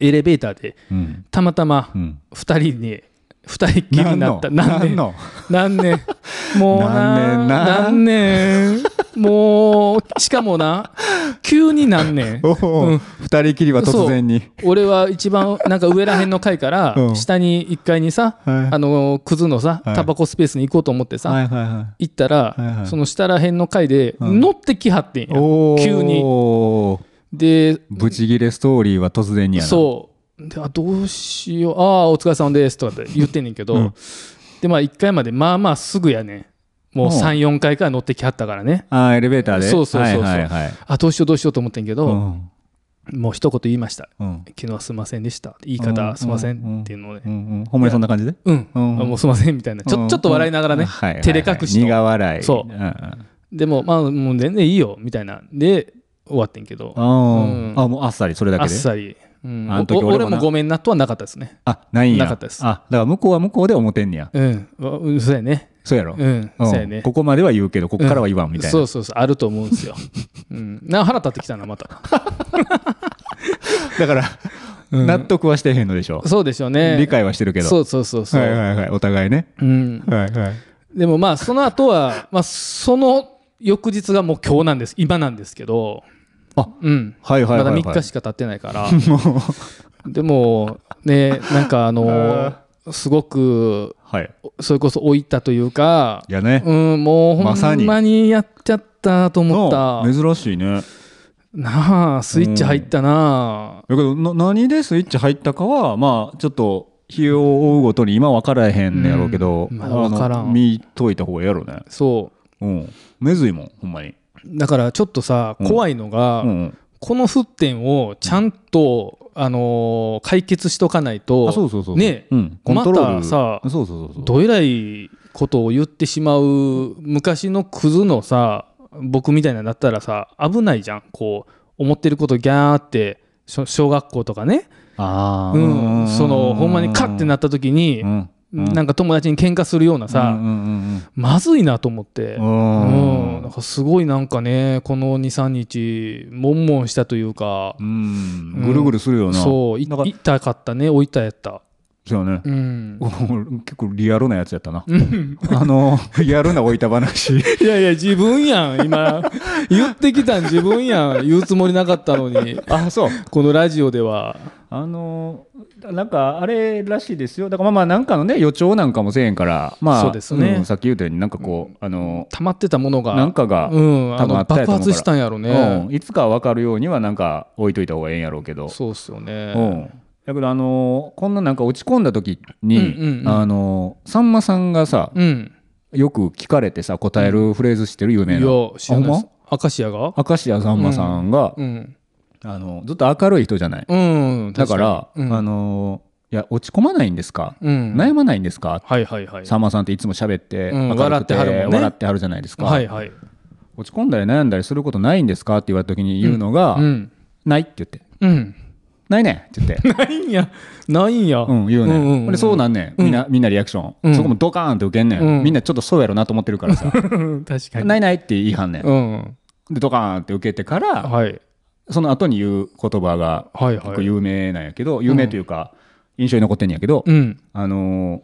S2: エレベーターで
S1: うん。
S2: たまたま
S1: うん。
S2: 2人に2人っきりになった
S1: 何
S2: 何年
S1: の
S2: 何年もうな
S1: 何
S2: 何年もうしかもな急に何年
S1: おお、二人きりは突然に。
S2: 俺は一番なんか上らへんの階から
S1: うん
S2: 下に1階にさ、
S1: はい
S2: あのクズのさ
S1: はい
S2: タバコスペースに行こうと思ってさ、
S1: はいはいは
S2: 行ったら、
S1: はいはい
S2: その下らへんの階で
S1: うん
S2: 乗ってきはってん
S1: い。
S2: や、
S1: おお。
S2: 急にで
S1: ブチギレストーリーは突然にやな。
S2: そうであどうしようああお疲れ様ですとかって言ってんねんけど、
S1: うん
S2: でまあ1階までまあまあすぐやねもう
S1: うん
S2: 34階から乗ってきはったからね
S1: あーエレベーターで。
S2: そうそうそうそう
S1: はいはいはい。
S2: あどうしようどうしようと思ってんけ
S1: う
S2: ど、
S1: ん
S2: もう一言言いました
S1: うん
S2: 「昨日はすいませんでした」言いう方
S1: ん
S2: すいませんっていうので
S1: うんうん。ほんまにそんな感じで。
S2: うん、
S1: うん
S2: あもうすいませんみたいなち
S1: う
S2: ょ
S1: ん
S2: ちょっと笑いながらね、
S1: はいはいはい
S2: 照れ隠し
S1: 苦
S2: と
S1: 笑い。
S2: そうん
S1: ん
S2: でもまあもう全然いいよみたいなんで終わってんけど
S1: あ
S2: あ
S1: ー
S2: うん
S1: あ、もうあっさり、それだけ
S2: っ
S1: で。
S2: さり、うん、
S1: あの
S2: お
S1: 時
S2: お
S1: 俺
S2: 俺
S1: もな
S2: もごめんなとはなかったですね
S1: あ、ないんや。
S2: なかったです
S1: あ、だから向こうは向こうで思ってんねや。
S2: うんわうんそうやね
S1: そうやろ。
S2: うん
S1: うん
S2: そうやね
S1: ここまでは言うけど、ここからは言わんみたいな。
S2: そうそうそうあると思う んですよ、うん、な腹立ってきたなまた
S1: だ から、
S2: うん
S1: 納得はしてへんのでしょ。
S2: そうでしょうね
S1: 理解はしてるけど。
S2: そうそうそうそう、
S1: はいはいはい、お互いね。
S2: うん、
S1: はいはい。
S2: でもまあその後はまあその翌日がもう今日なんです今なんですけど
S1: あ
S2: うん
S1: はいはい
S2: ま
S1: はい
S2: だ
S1: はい
S2: 3日しか経ってないから でもねなんかあ のすごく
S1: はい。
S2: それこそ老いたというか
S1: いやね。
S2: うんもうほ
S1: まさに
S2: んまにやっちゃったと思った
S1: なあ珍しいね。だ
S2: なあスイッチ入ったなあ
S1: けど、な何でスイッチ入ったかは、まあ、ちょっと、日を追うごとに今分からへんねやろうけど、
S2: うんまだ分からん
S1: あの見といた方がええやろね。
S2: そ
S1: うん。むずいもん、ほんまに。
S2: うだからちょっとさ
S1: うん
S2: 怖いのが、
S1: うんうん。
S2: この沸点をちゃんと、あのー解決しとかないと
S1: あ、そうそうそうそう。
S2: ね
S1: うん。コントロール。
S2: またさ
S1: そうそうそうそう。
S2: どえらいことを言ってしまう昔のクズのさ僕みたいなのだったらさ危ないじゃんこう思ってることギャーってしょ小学校とかね、
S1: ああ。
S2: うん、そのほんまにカッてな
S1: っ
S2: った時に、
S1: うん。
S2: なんか友達に喧嘩するようなさ、
S1: うんうんうん
S2: まずいなと思って。
S1: う
S2: うん
S1: ん。
S2: なんかすごいなんかねこの23日もんもんしたというか
S1: うん。ぐるぐるするよな。
S2: そうい
S1: だから
S2: 痛かったねお痛やった
S1: そうやね。
S2: うん
S1: 結構リアルなやつやったな。あの、リアル な置いた 話。
S2: いやいや自分やん 今言ってきたん自分やん言うつもりなかったのに
S1: あ、そう。
S2: このラジオでは
S1: あの、なんかあれらしいですよ。だからまあまあなんかのね、予兆なんかもせえへんから、まあ、
S2: そうですね
S1: んさっき言ったようになんかこう、あの、
S2: 溜まってたものが
S1: なんかが、
S2: うん、
S1: 多
S2: あ
S1: 分あ
S2: の
S1: ったやと
S2: 爆
S1: 思うから
S2: 発したんやろね
S1: う、んいつか分かるようにはなんか置いといた方がええんやろうけど。
S2: そうっすよね、
S1: うん。だけどあの、こんななんか落ち込んだ時に、
S2: うんうんうん
S1: あの、さんまさんがさ、
S2: うん、
S1: よく聞かれてさ、答えるフレーズしてる有
S2: いや
S1: 名な。
S2: 知らない
S1: あ
S2: で
S1: ほん
S2: す明石家が
S1: 明石家さんまさんが、
S2: うん、
S1: あのずっと明るい人じゃない、
S2: うん、
S1: だから、
S2: 確にうん、
S1: あのいや落ち込まないんですか、
S2: うん、
S1: 悩まないんですか、
S2: はいはいはい
S1: さんまさんっていつも喋って,、
S2: う
S1: 明
S2: ん
S1: るくて
S2: 笑ってはるもんね
S1: 笑ってはるじゃないですか、
S2: はいはい
S1: 落ち込んだり悩んだりすることないんですかって言われた時に言うのが、
S2: うん
S1: ないって言って
S2: うん
S1: ないねって言って、
S2: ないんやないんや、
S1: うん、言うね、
S2: うん
S1: ん
S2: うんうん
S1: でそうなんねんみんなみんなリアクション、
S2: うん
S1: そこもドカーンって受けんねん、
S2: うん
S1: みんなちょっとそうやろなと思ってるから さ
S2: うん 確かに
S1: ないないって言いはんねん、
S2: うん
S1: でドカーンって受けてから、
S2: はい
S1: その後に言う言葉が
S2: はい
S1: 結
S2: は
S1: 構
S2: い
S1: 有名なんやけど、有名というか印象に残ってんやけど、
S2: うん
S1: あのー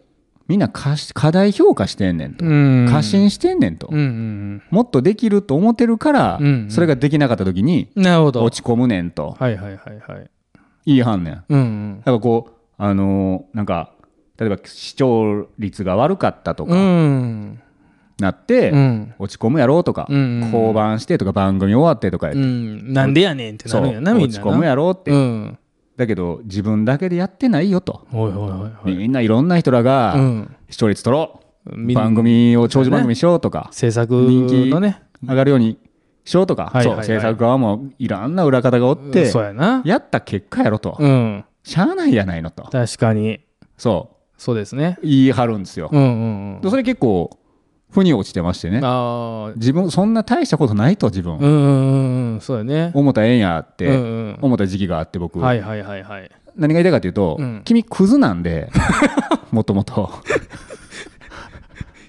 S1: みんな過し過大評価してんねんと、
S2: うん
S1: 過信してんねんと、
S2: うんうん
S1: もっとできると思ってるから、
S2: うんうん
S1: それができなかった時に
S2: うんなるほど
S1: 落ち込むねんと
S2: はいはいはいはい
S1: 言いはんねん。だ
S2: うんうん
S1: からこうあのーなんか例えば視聴率が悪かったと
S2: う
S1: か
S2: ん
S1: なって、
S2: うん
S1: 落ち込むやろとか、
S2: うんうん
S1: 降板してとか番組終わってとかやっ
S2: う
S1: て、
S2: んなんでやねんって
S1: そ
S2: な
S1: う
S2: るんやなみん
S1: 落
S2: な
S1: ち
S2: な
S1: 込むやろって、
S2: うん
S1: だけど自分だけでやってないよと、
S2: はいはいはいはい
S1: みんないろんな人ら
S2: う
S1: が
S2: ん
S1: 視聴率取ろう、
S2: みんな
S1: 番組を長寿番組しようとか、
S2: 制作
S1: 人気
S2: のね
S1: 上がるようにしようとか、
S2: はいはいはい
S1: そう制作側もいろんな裏方がおって、
S2: そうやな
S1: やった結果やろと、
S2: うん
S1: しゃあないやないのと、
S2: 確かに
S1: そ
S2: そうですね
S1: う、言い張るんですよ。
S2: うんうんう
S1: で
S2: ん
S1: それ結構、腑に落ちてましてね、
S2: あー
S1: 自分、そんな大したことないと、自分、
S2: うんうんうんうんそうやね
S1: 思ったらええんやっ
S2: うん
S1: て
S2: うん
S1: 思った時期があって、僕、
S2: はいはいはいはい
S1: 何が言いたいかというと、
S2: うん
S1: 君、クズなん で、もともと。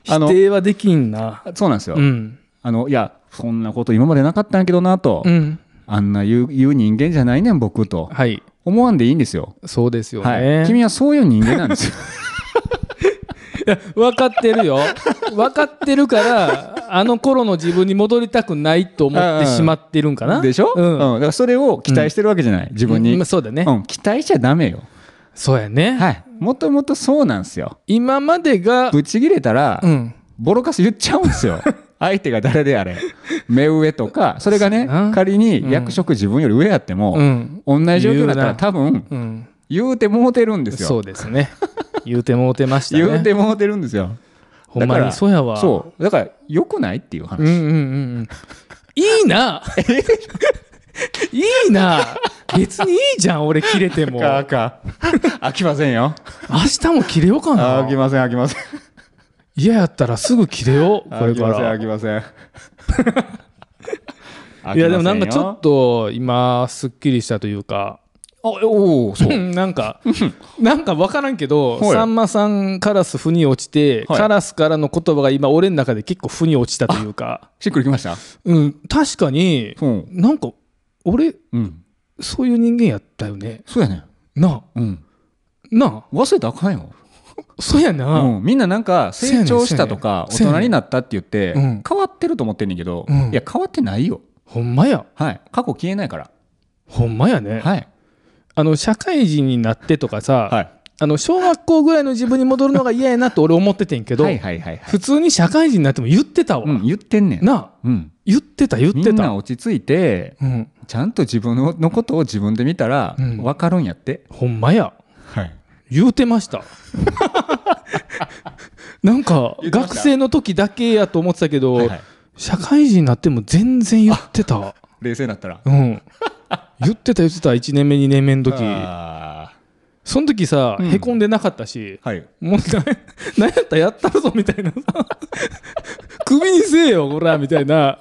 S1: あ
S2: 否
S1: の
S2: 定はできんな
S1: そうなんですよ、
S2: うん
S1: あのいや、そんなこと今までなかったんやけどなと、
S2: うん
S1: あんな言う言う人間じゃないねん僕と
S2: はい。
S1: 思わんでいいんですよ
S2: そうですよ
S1: は
S2: ね。
S1: い、君はそういう人間なん ですよ
S2: 分かってる よ。分かってるから、あの頃の自分に戻りたくないと思ってしまってるんかな。
S1: でしょ、
S2: うん。
S1: だからそれを期待してるわけじゃない、自分に、
S2: うんまあそうだね。
S1: うん、期待しちゃダメよ
S2: そうやね。
S1: はいもともとそうなんですよ
S2: 今までが、
S1: ぶち切れたら、
S2: うん。
S1: ボロカス言っちゃうんですよ相手が誰であれ目上とかそれがね
S2: そうやな
S1: 仮に役職自分より上やって
S2: う
S1: も、
S2: ん。
S1: 同じ状況だったら
S2: 言うな
S1: 多分
S2: うん。
S1: 言うてもうてるんですよ
S2: そうですね。言うてもうてましたね。
S1: 言うてもうてるんですよ
S2: ほんま
S1: だか
S2: に
S1: ら
S2: そうやわ。
S1: そうだから良くないっていう話、
S2: うんうんうんうん。いいないいな別にいいじゃん、俺切れても。
S1: かあ
S2: 明
S1: か 飽きませんよ
S2: 日も切れようか
S1: あ
S2: な
S1: 飽き。ません飽きません
S2: 嫌やったらすぐ切れよう、こ
S1: 飽
S2: れ
S1: き
S2: か
S1: ません
S2: ら
S1: 飽。きません
S2: いや、でもなんかちょっ
S1: と
S2: と今、すっきりしたというか、
S1: おおそう
S2: なんか、なんか分からんけど、
S1: はい
S2: さんまさん、カラス、腑に落ちて、
S1: はい
S2: カラスからの言葉が今、俺の中で結構腑に落ちたというか、
S1: しっくりきました
S2: うん、確かに、
S1: うん
S2: なんか、俺、
S1: うん
S2: そういう人間やったよね。
S1: そうやね
S2: なあ、
S1: うん
S2: な
S1: 忘れたらあかんよ
S2: あ、そうやな。
S1: うん、みんななんか
S2: そうやね
S1: 成
S2: ん
S1: 長したとか大
S2: そうやねん
S1: 人になったって言って
S2: そうやねんうん
S1: 変わってると思ってんねんけど、
S2: うん
S1: いや変わってないよ
S2: ほんまや。
S1: はい過去消えないから
S2: ほんまやね。
S1: はい
S2: あの、社会人になってとかさ、
S1: はい
S2: あの、小学校ぐらいの自分に戻るのが嫌やなと俺思っててんけど、
S1: はいはいはいはい
S2: 普通に社会人になっても言ってたわ。
S1: うん言ってんねん
S2: なあ、
S1: うん
S2: 言ってた言っ
S1: み
S2: て
S1: んな
S2: た。
S1: 落ち着いて
S2: うん、
S1: ちゃんと自分のことを自分で見たら
S2: うん
S1: 分かるんやって、
S2: ほんまや。
S1: はい
S2: 言うてました。 なんか
S1: 言ってました
S2: 学生の時だけやと思ってたけど、
S1: はいはい
S2: 社会人になっても全然言ってた わ。
S1: 冷静になったら
S2: うん、言ってた言ってた1年目2年目の時
S1: あ
S2: その時さ、
S1: うん
S2: へこんでなかったし
S1: ーはい
S2: もうななん やったらやったるぞみたいなさ 首にせえよこらみたいな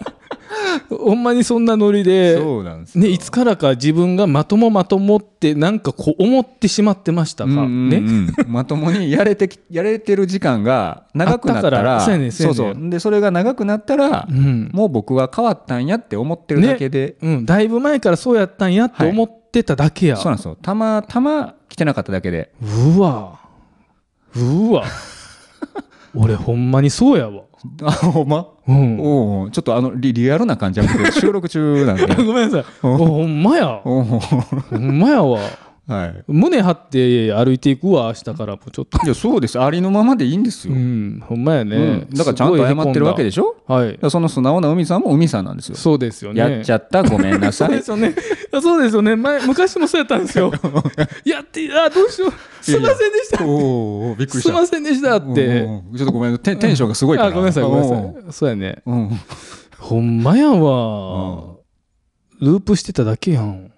S2: ほんまにそんなノリで
S1: そうなんですよ
S2: ね、いつからか自分がまともまともってなんかこう思ってしまってましたか、
S1: うんうんう
S2: ね
S1: んまともにやれてきやれてる時間が長くなった
S2: あ
S1: ら
S2: ったからそうやねんそう
S1: そ
S2: や
S1: う
S2: ねん
S1: そうでそれが長くなったら、
S2: うん、
S1: もう僕は変わったんやって思ってるだけで、
S2: うん、だいぶ前からそうやったんやって思ってただけや、
S1: そうなんですよたまたま来てなかっただけで
S2: うわうわ 俺ほんまにそうやわ
S1: あほんま、
S2: うん ご
S1: おうちょっとあのリリアルな感じやけど収録中 なんで
S2: めんなさい
S1: うん
S2: ほんまや
S1: おう
S2: ほんまやわ
S1: はい
S2: 胸張って歩いていくわ明日からもうちょっと
S1: いやそうですありのままでいいんです
S2: う
S1: よ、
S2: んほんまやね、
S1: うんだからちゃんと謝ってるわけで
S2: し
S1: しょ
S2: ょはい
S1: その素直な海さんも海さんなんですよ、
S2: そうですよね
S1: やっちゃったごめんな さ
S2: そうで
S1: い
S2: すよね。そうですよね。前昔もそうやったんで すよ。やって、あ、どうしよう。すいませんでした。
S1: おおびっ
S2: すいませんでしたって。
S1: うんうんうんちょっとごめんテンテンションがすごいから、
S2: あ、ごめんなさい、ごめんなさい。そうやね。ほんまやわ。ループしてただけやん。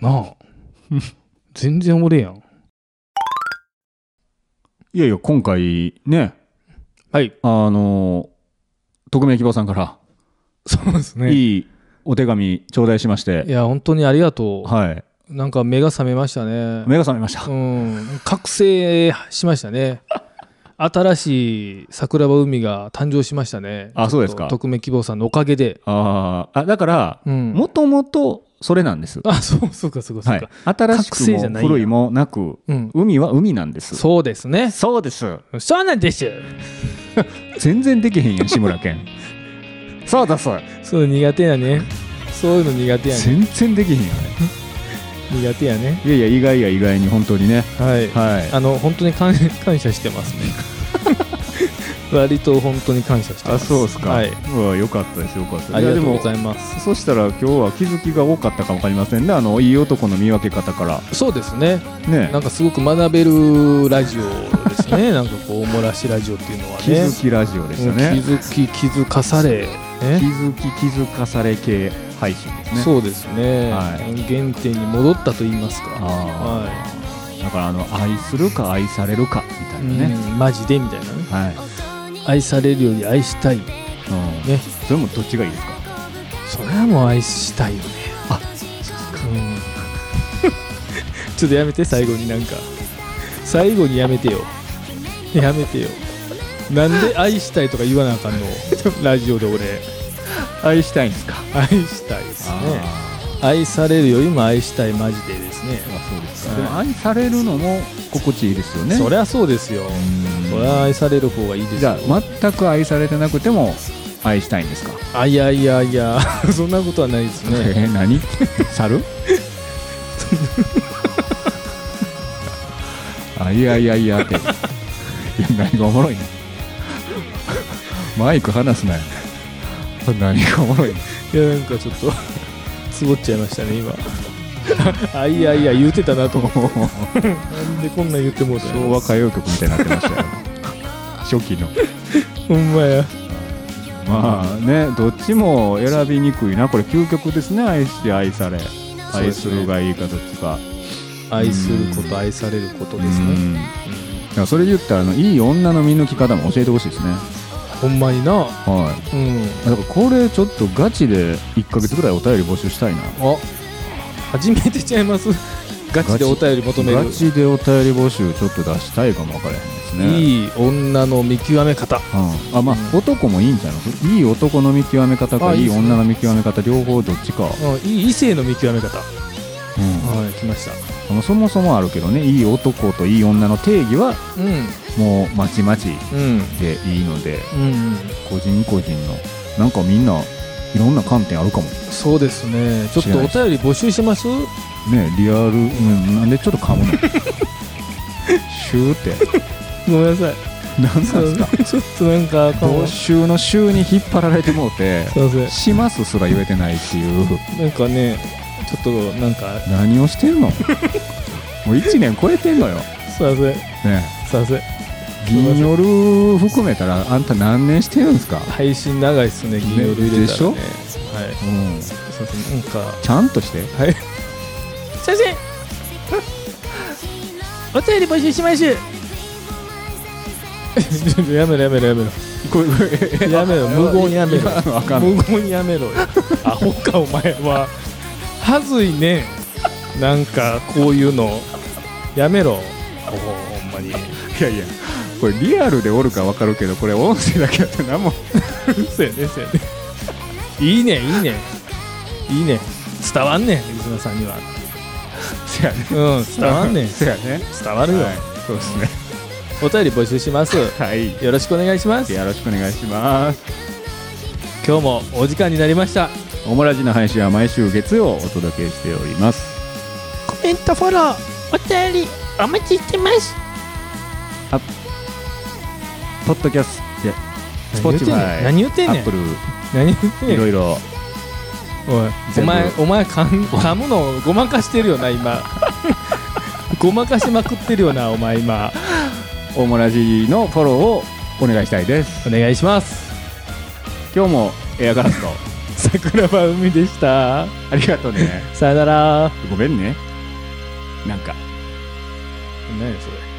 S2: なあ。全然俺やん。
S1: いやいや今回ね
S2: はい。
S1: あの匿名希望さんか
S2: そうです
S1: ら
S2: ね。い
S1: いいお手紙頂戴しまして、
S2: や、本当にありがと
S1: は
S2: う。なんか目が覚めました
S1: い、
S2: ね。
S1: 目が覚めました、
S2: うん。覚醒しましたね。新しい桜庭海が誕生しましたね。
S1: あそうですか
S2: 匿名希望さんのおかげで。
S1: あーあだから
S2: うん
S1: もともとそれなんです、
S2: あ、そう、そうか、そうか、そ
S1: は
S2: う
S1: い
S2: か。、
S1: 新し
S2: 覚醒じ
S1: くも
S2: ゃないんや
S1: 古いもなく
S2: うん。
S1: 海は海なんです
S2: そうですね。
S1: そうです
S2: そうなんです。
S1: 全然できへんやん志村けんそうです
S2: そう、苦手やね。そういうの苦手やね。
S1: 全然できへんやん
S2: 苦手やね。
S1: いやいや意外や意外に本当にね
S2: はい。
S1: はい
S2: あの、本当に感感謝してます ね。割と本当に感謝して
S1: あ
S2: ます。
S1: そうですか、
S2: はい。
S1: うわよかったですよかったです
S2: ありがとうご
S1: や
S2: ざいます。
S1: でもそしたら今日は気づきが多かったかもわかりませんねあのいい男の見分け方から
S2: そうですね。
S1: ね
S2: なんかすごく学べるラジオです ね。なんかこう、おもらしラジオっていうのはね。
S1: 気づきラジオでした
S2: うん
S1: ね
S2: 気づき、気づかされ。
S1: 気
S2: ね。
S1: づき気づかされ系配信ですね
S2: そうですね、
S1: はい
S2: 原点に戻ったと言いますか。
S1: あ
S2: はい。
S1: あ、だからあの愛するか愛されるかみたいなね、
S2: うん、マジでみたいなね
S1: はい、
S2: 愛されるより愛したい
S1: うん
S2: ね
S1: それもどっちがいいですか
S2: それはもう愛したいよね あうん、ちょっとやめて最後になんか最後にやめてよやめてよなんで愛したいとか言わ なあかんのラジオで俺
S1: 愛したいんですか
S2: 愛したいですね
S1: あ
S2: 愛されるよりも愛したいマジでですね
S1: そうですかでも愛されるのも心地いいですよね
S2: そりゃそうですよそりゃ愛される方がいいです
S1: じ
S2: よ
S1: ゃあ全く愛されてなくても愛したいんですか
S2: あいやいやいや そんなことはないですね
S1: えー、何猿 あいやいやいやっていや何がおもろいねんマイク離すなよ何がおもろいねん
S2: いやなんかちょっと つぼっちゃいましたね今 あいやいや言うてたなと思ってなんでこんなん言ってもうたの
S1: 昭和歌謡曲みたいになってましたよ初期の
S2: ほんまや
S1: まあねどっちも選びにくいなこれ究極ですね愛して愛され
S2: そうで
S1: 愛
S2: す
S1: す
S2: ね
S1: るがいいかどっちか
S2: 愛すること愛されることです
S1: う
S2: ね
S1: んいやそれで言ったらあのいい女の見抜き方も教えてほしいですね
S2: ほんまにな
S1: はい
S2: うん
S1: あだからこれちょっとガチで1ヶ月ぐらいお便り募集したいな
S2: あ初めてちゃいますガチでお便り求める
S1: ガチでお便り募集ちょっと出したいかも分からへんですね
S2: いい女の見極め方
S1: うん、あまあ、
S2: うん
S1: 男もいいんじゃないいい男の見極め方
S2: あ
S1: か
S2: い
S1: い
S2: い
S1: い
S2: ですね
S1: 女の見極め方両方どっちか、
S2: うんいい異性の見極め方
S1: うん
S2: はい来ました
S1: あのそもそもあるけどねいい男といい女の定義は
S2: うん
S1: もうまちまち
S2: うん
S1: でいいので
S2: うん
S1: 個人個人のなんかみんないろんな観点あるかも
S2: そうですねちょっとお便り募集します
S1: ねリアル、うん、なんでちょっと噛 むのシューって
S2: ごめんなさい
S1: 何なんですか
S2: ちょっとなんかかも
S1: 同
S2: し
S1: 週の週に引っ張られてもうて
S2: れませ
S1: 「
S2: ん
S1: します」すら言えてないっていう
S2: なんかねちょっとなんか
S1: 何をしてん のもう1年超えてんのよ
S2: すいません
S1: ね
S2: すいません
S1: え銀夜含めたらあんた何年してるんですか、
S2: 配信長いっすね銀曜日入れたらね
S1: でしょ
S2: はい
S1: うん、
S2: すいませんなんか
S1: ちゃんとして
S2: はい。先生。お便り募集 しましゅ。やめろやめろやめ ろ。
S1: これ
S2: やめろ無言にやめろ。
S1: あかん
S2: 無言にやめろよ。 アホかお前は。はずいね。なんかこういうのやめろ。ほほんまに。
S1: いやいやこれリアルでおるか分かるけどこれ音声だけやったら何も
S2: そうやねそうやね。いいねいいねいいね。伝わんねんリスナーさんには。
S1: せやね
S2: うん伝わんねん。
S1: せやね
S2: 伝わるよ。
S1: はいそうですね
S2: お便り募集します。
S1: はい
S2: よろしくお願いします。
S1: よろしくお願いします
S2: 今日もお時間になりました
S1: オモラジの配信は毎週月曜お届けしております
S2: コメントフォローお便りお待ちしてます
S1: ポッドキャストやスポーツ
S2: 何言ってんねん
S1: アップル
S2: 何言ってん
S1: いろ
S2: ねん
S1: いろ
S2: おいお
S1: 全部
S2: 前お前噛ん噛むのをごまかしてるよな 今ごまかしまくってるよなお前今
S1: オモラジのフォローをお願いしたいです
S2: お願いします
S1: 今日もエアガラスと
S2: 桜庭海でし た
S1: ありがとうね
S2: さよなら
S1: ごめんねなんか
S2: 何それ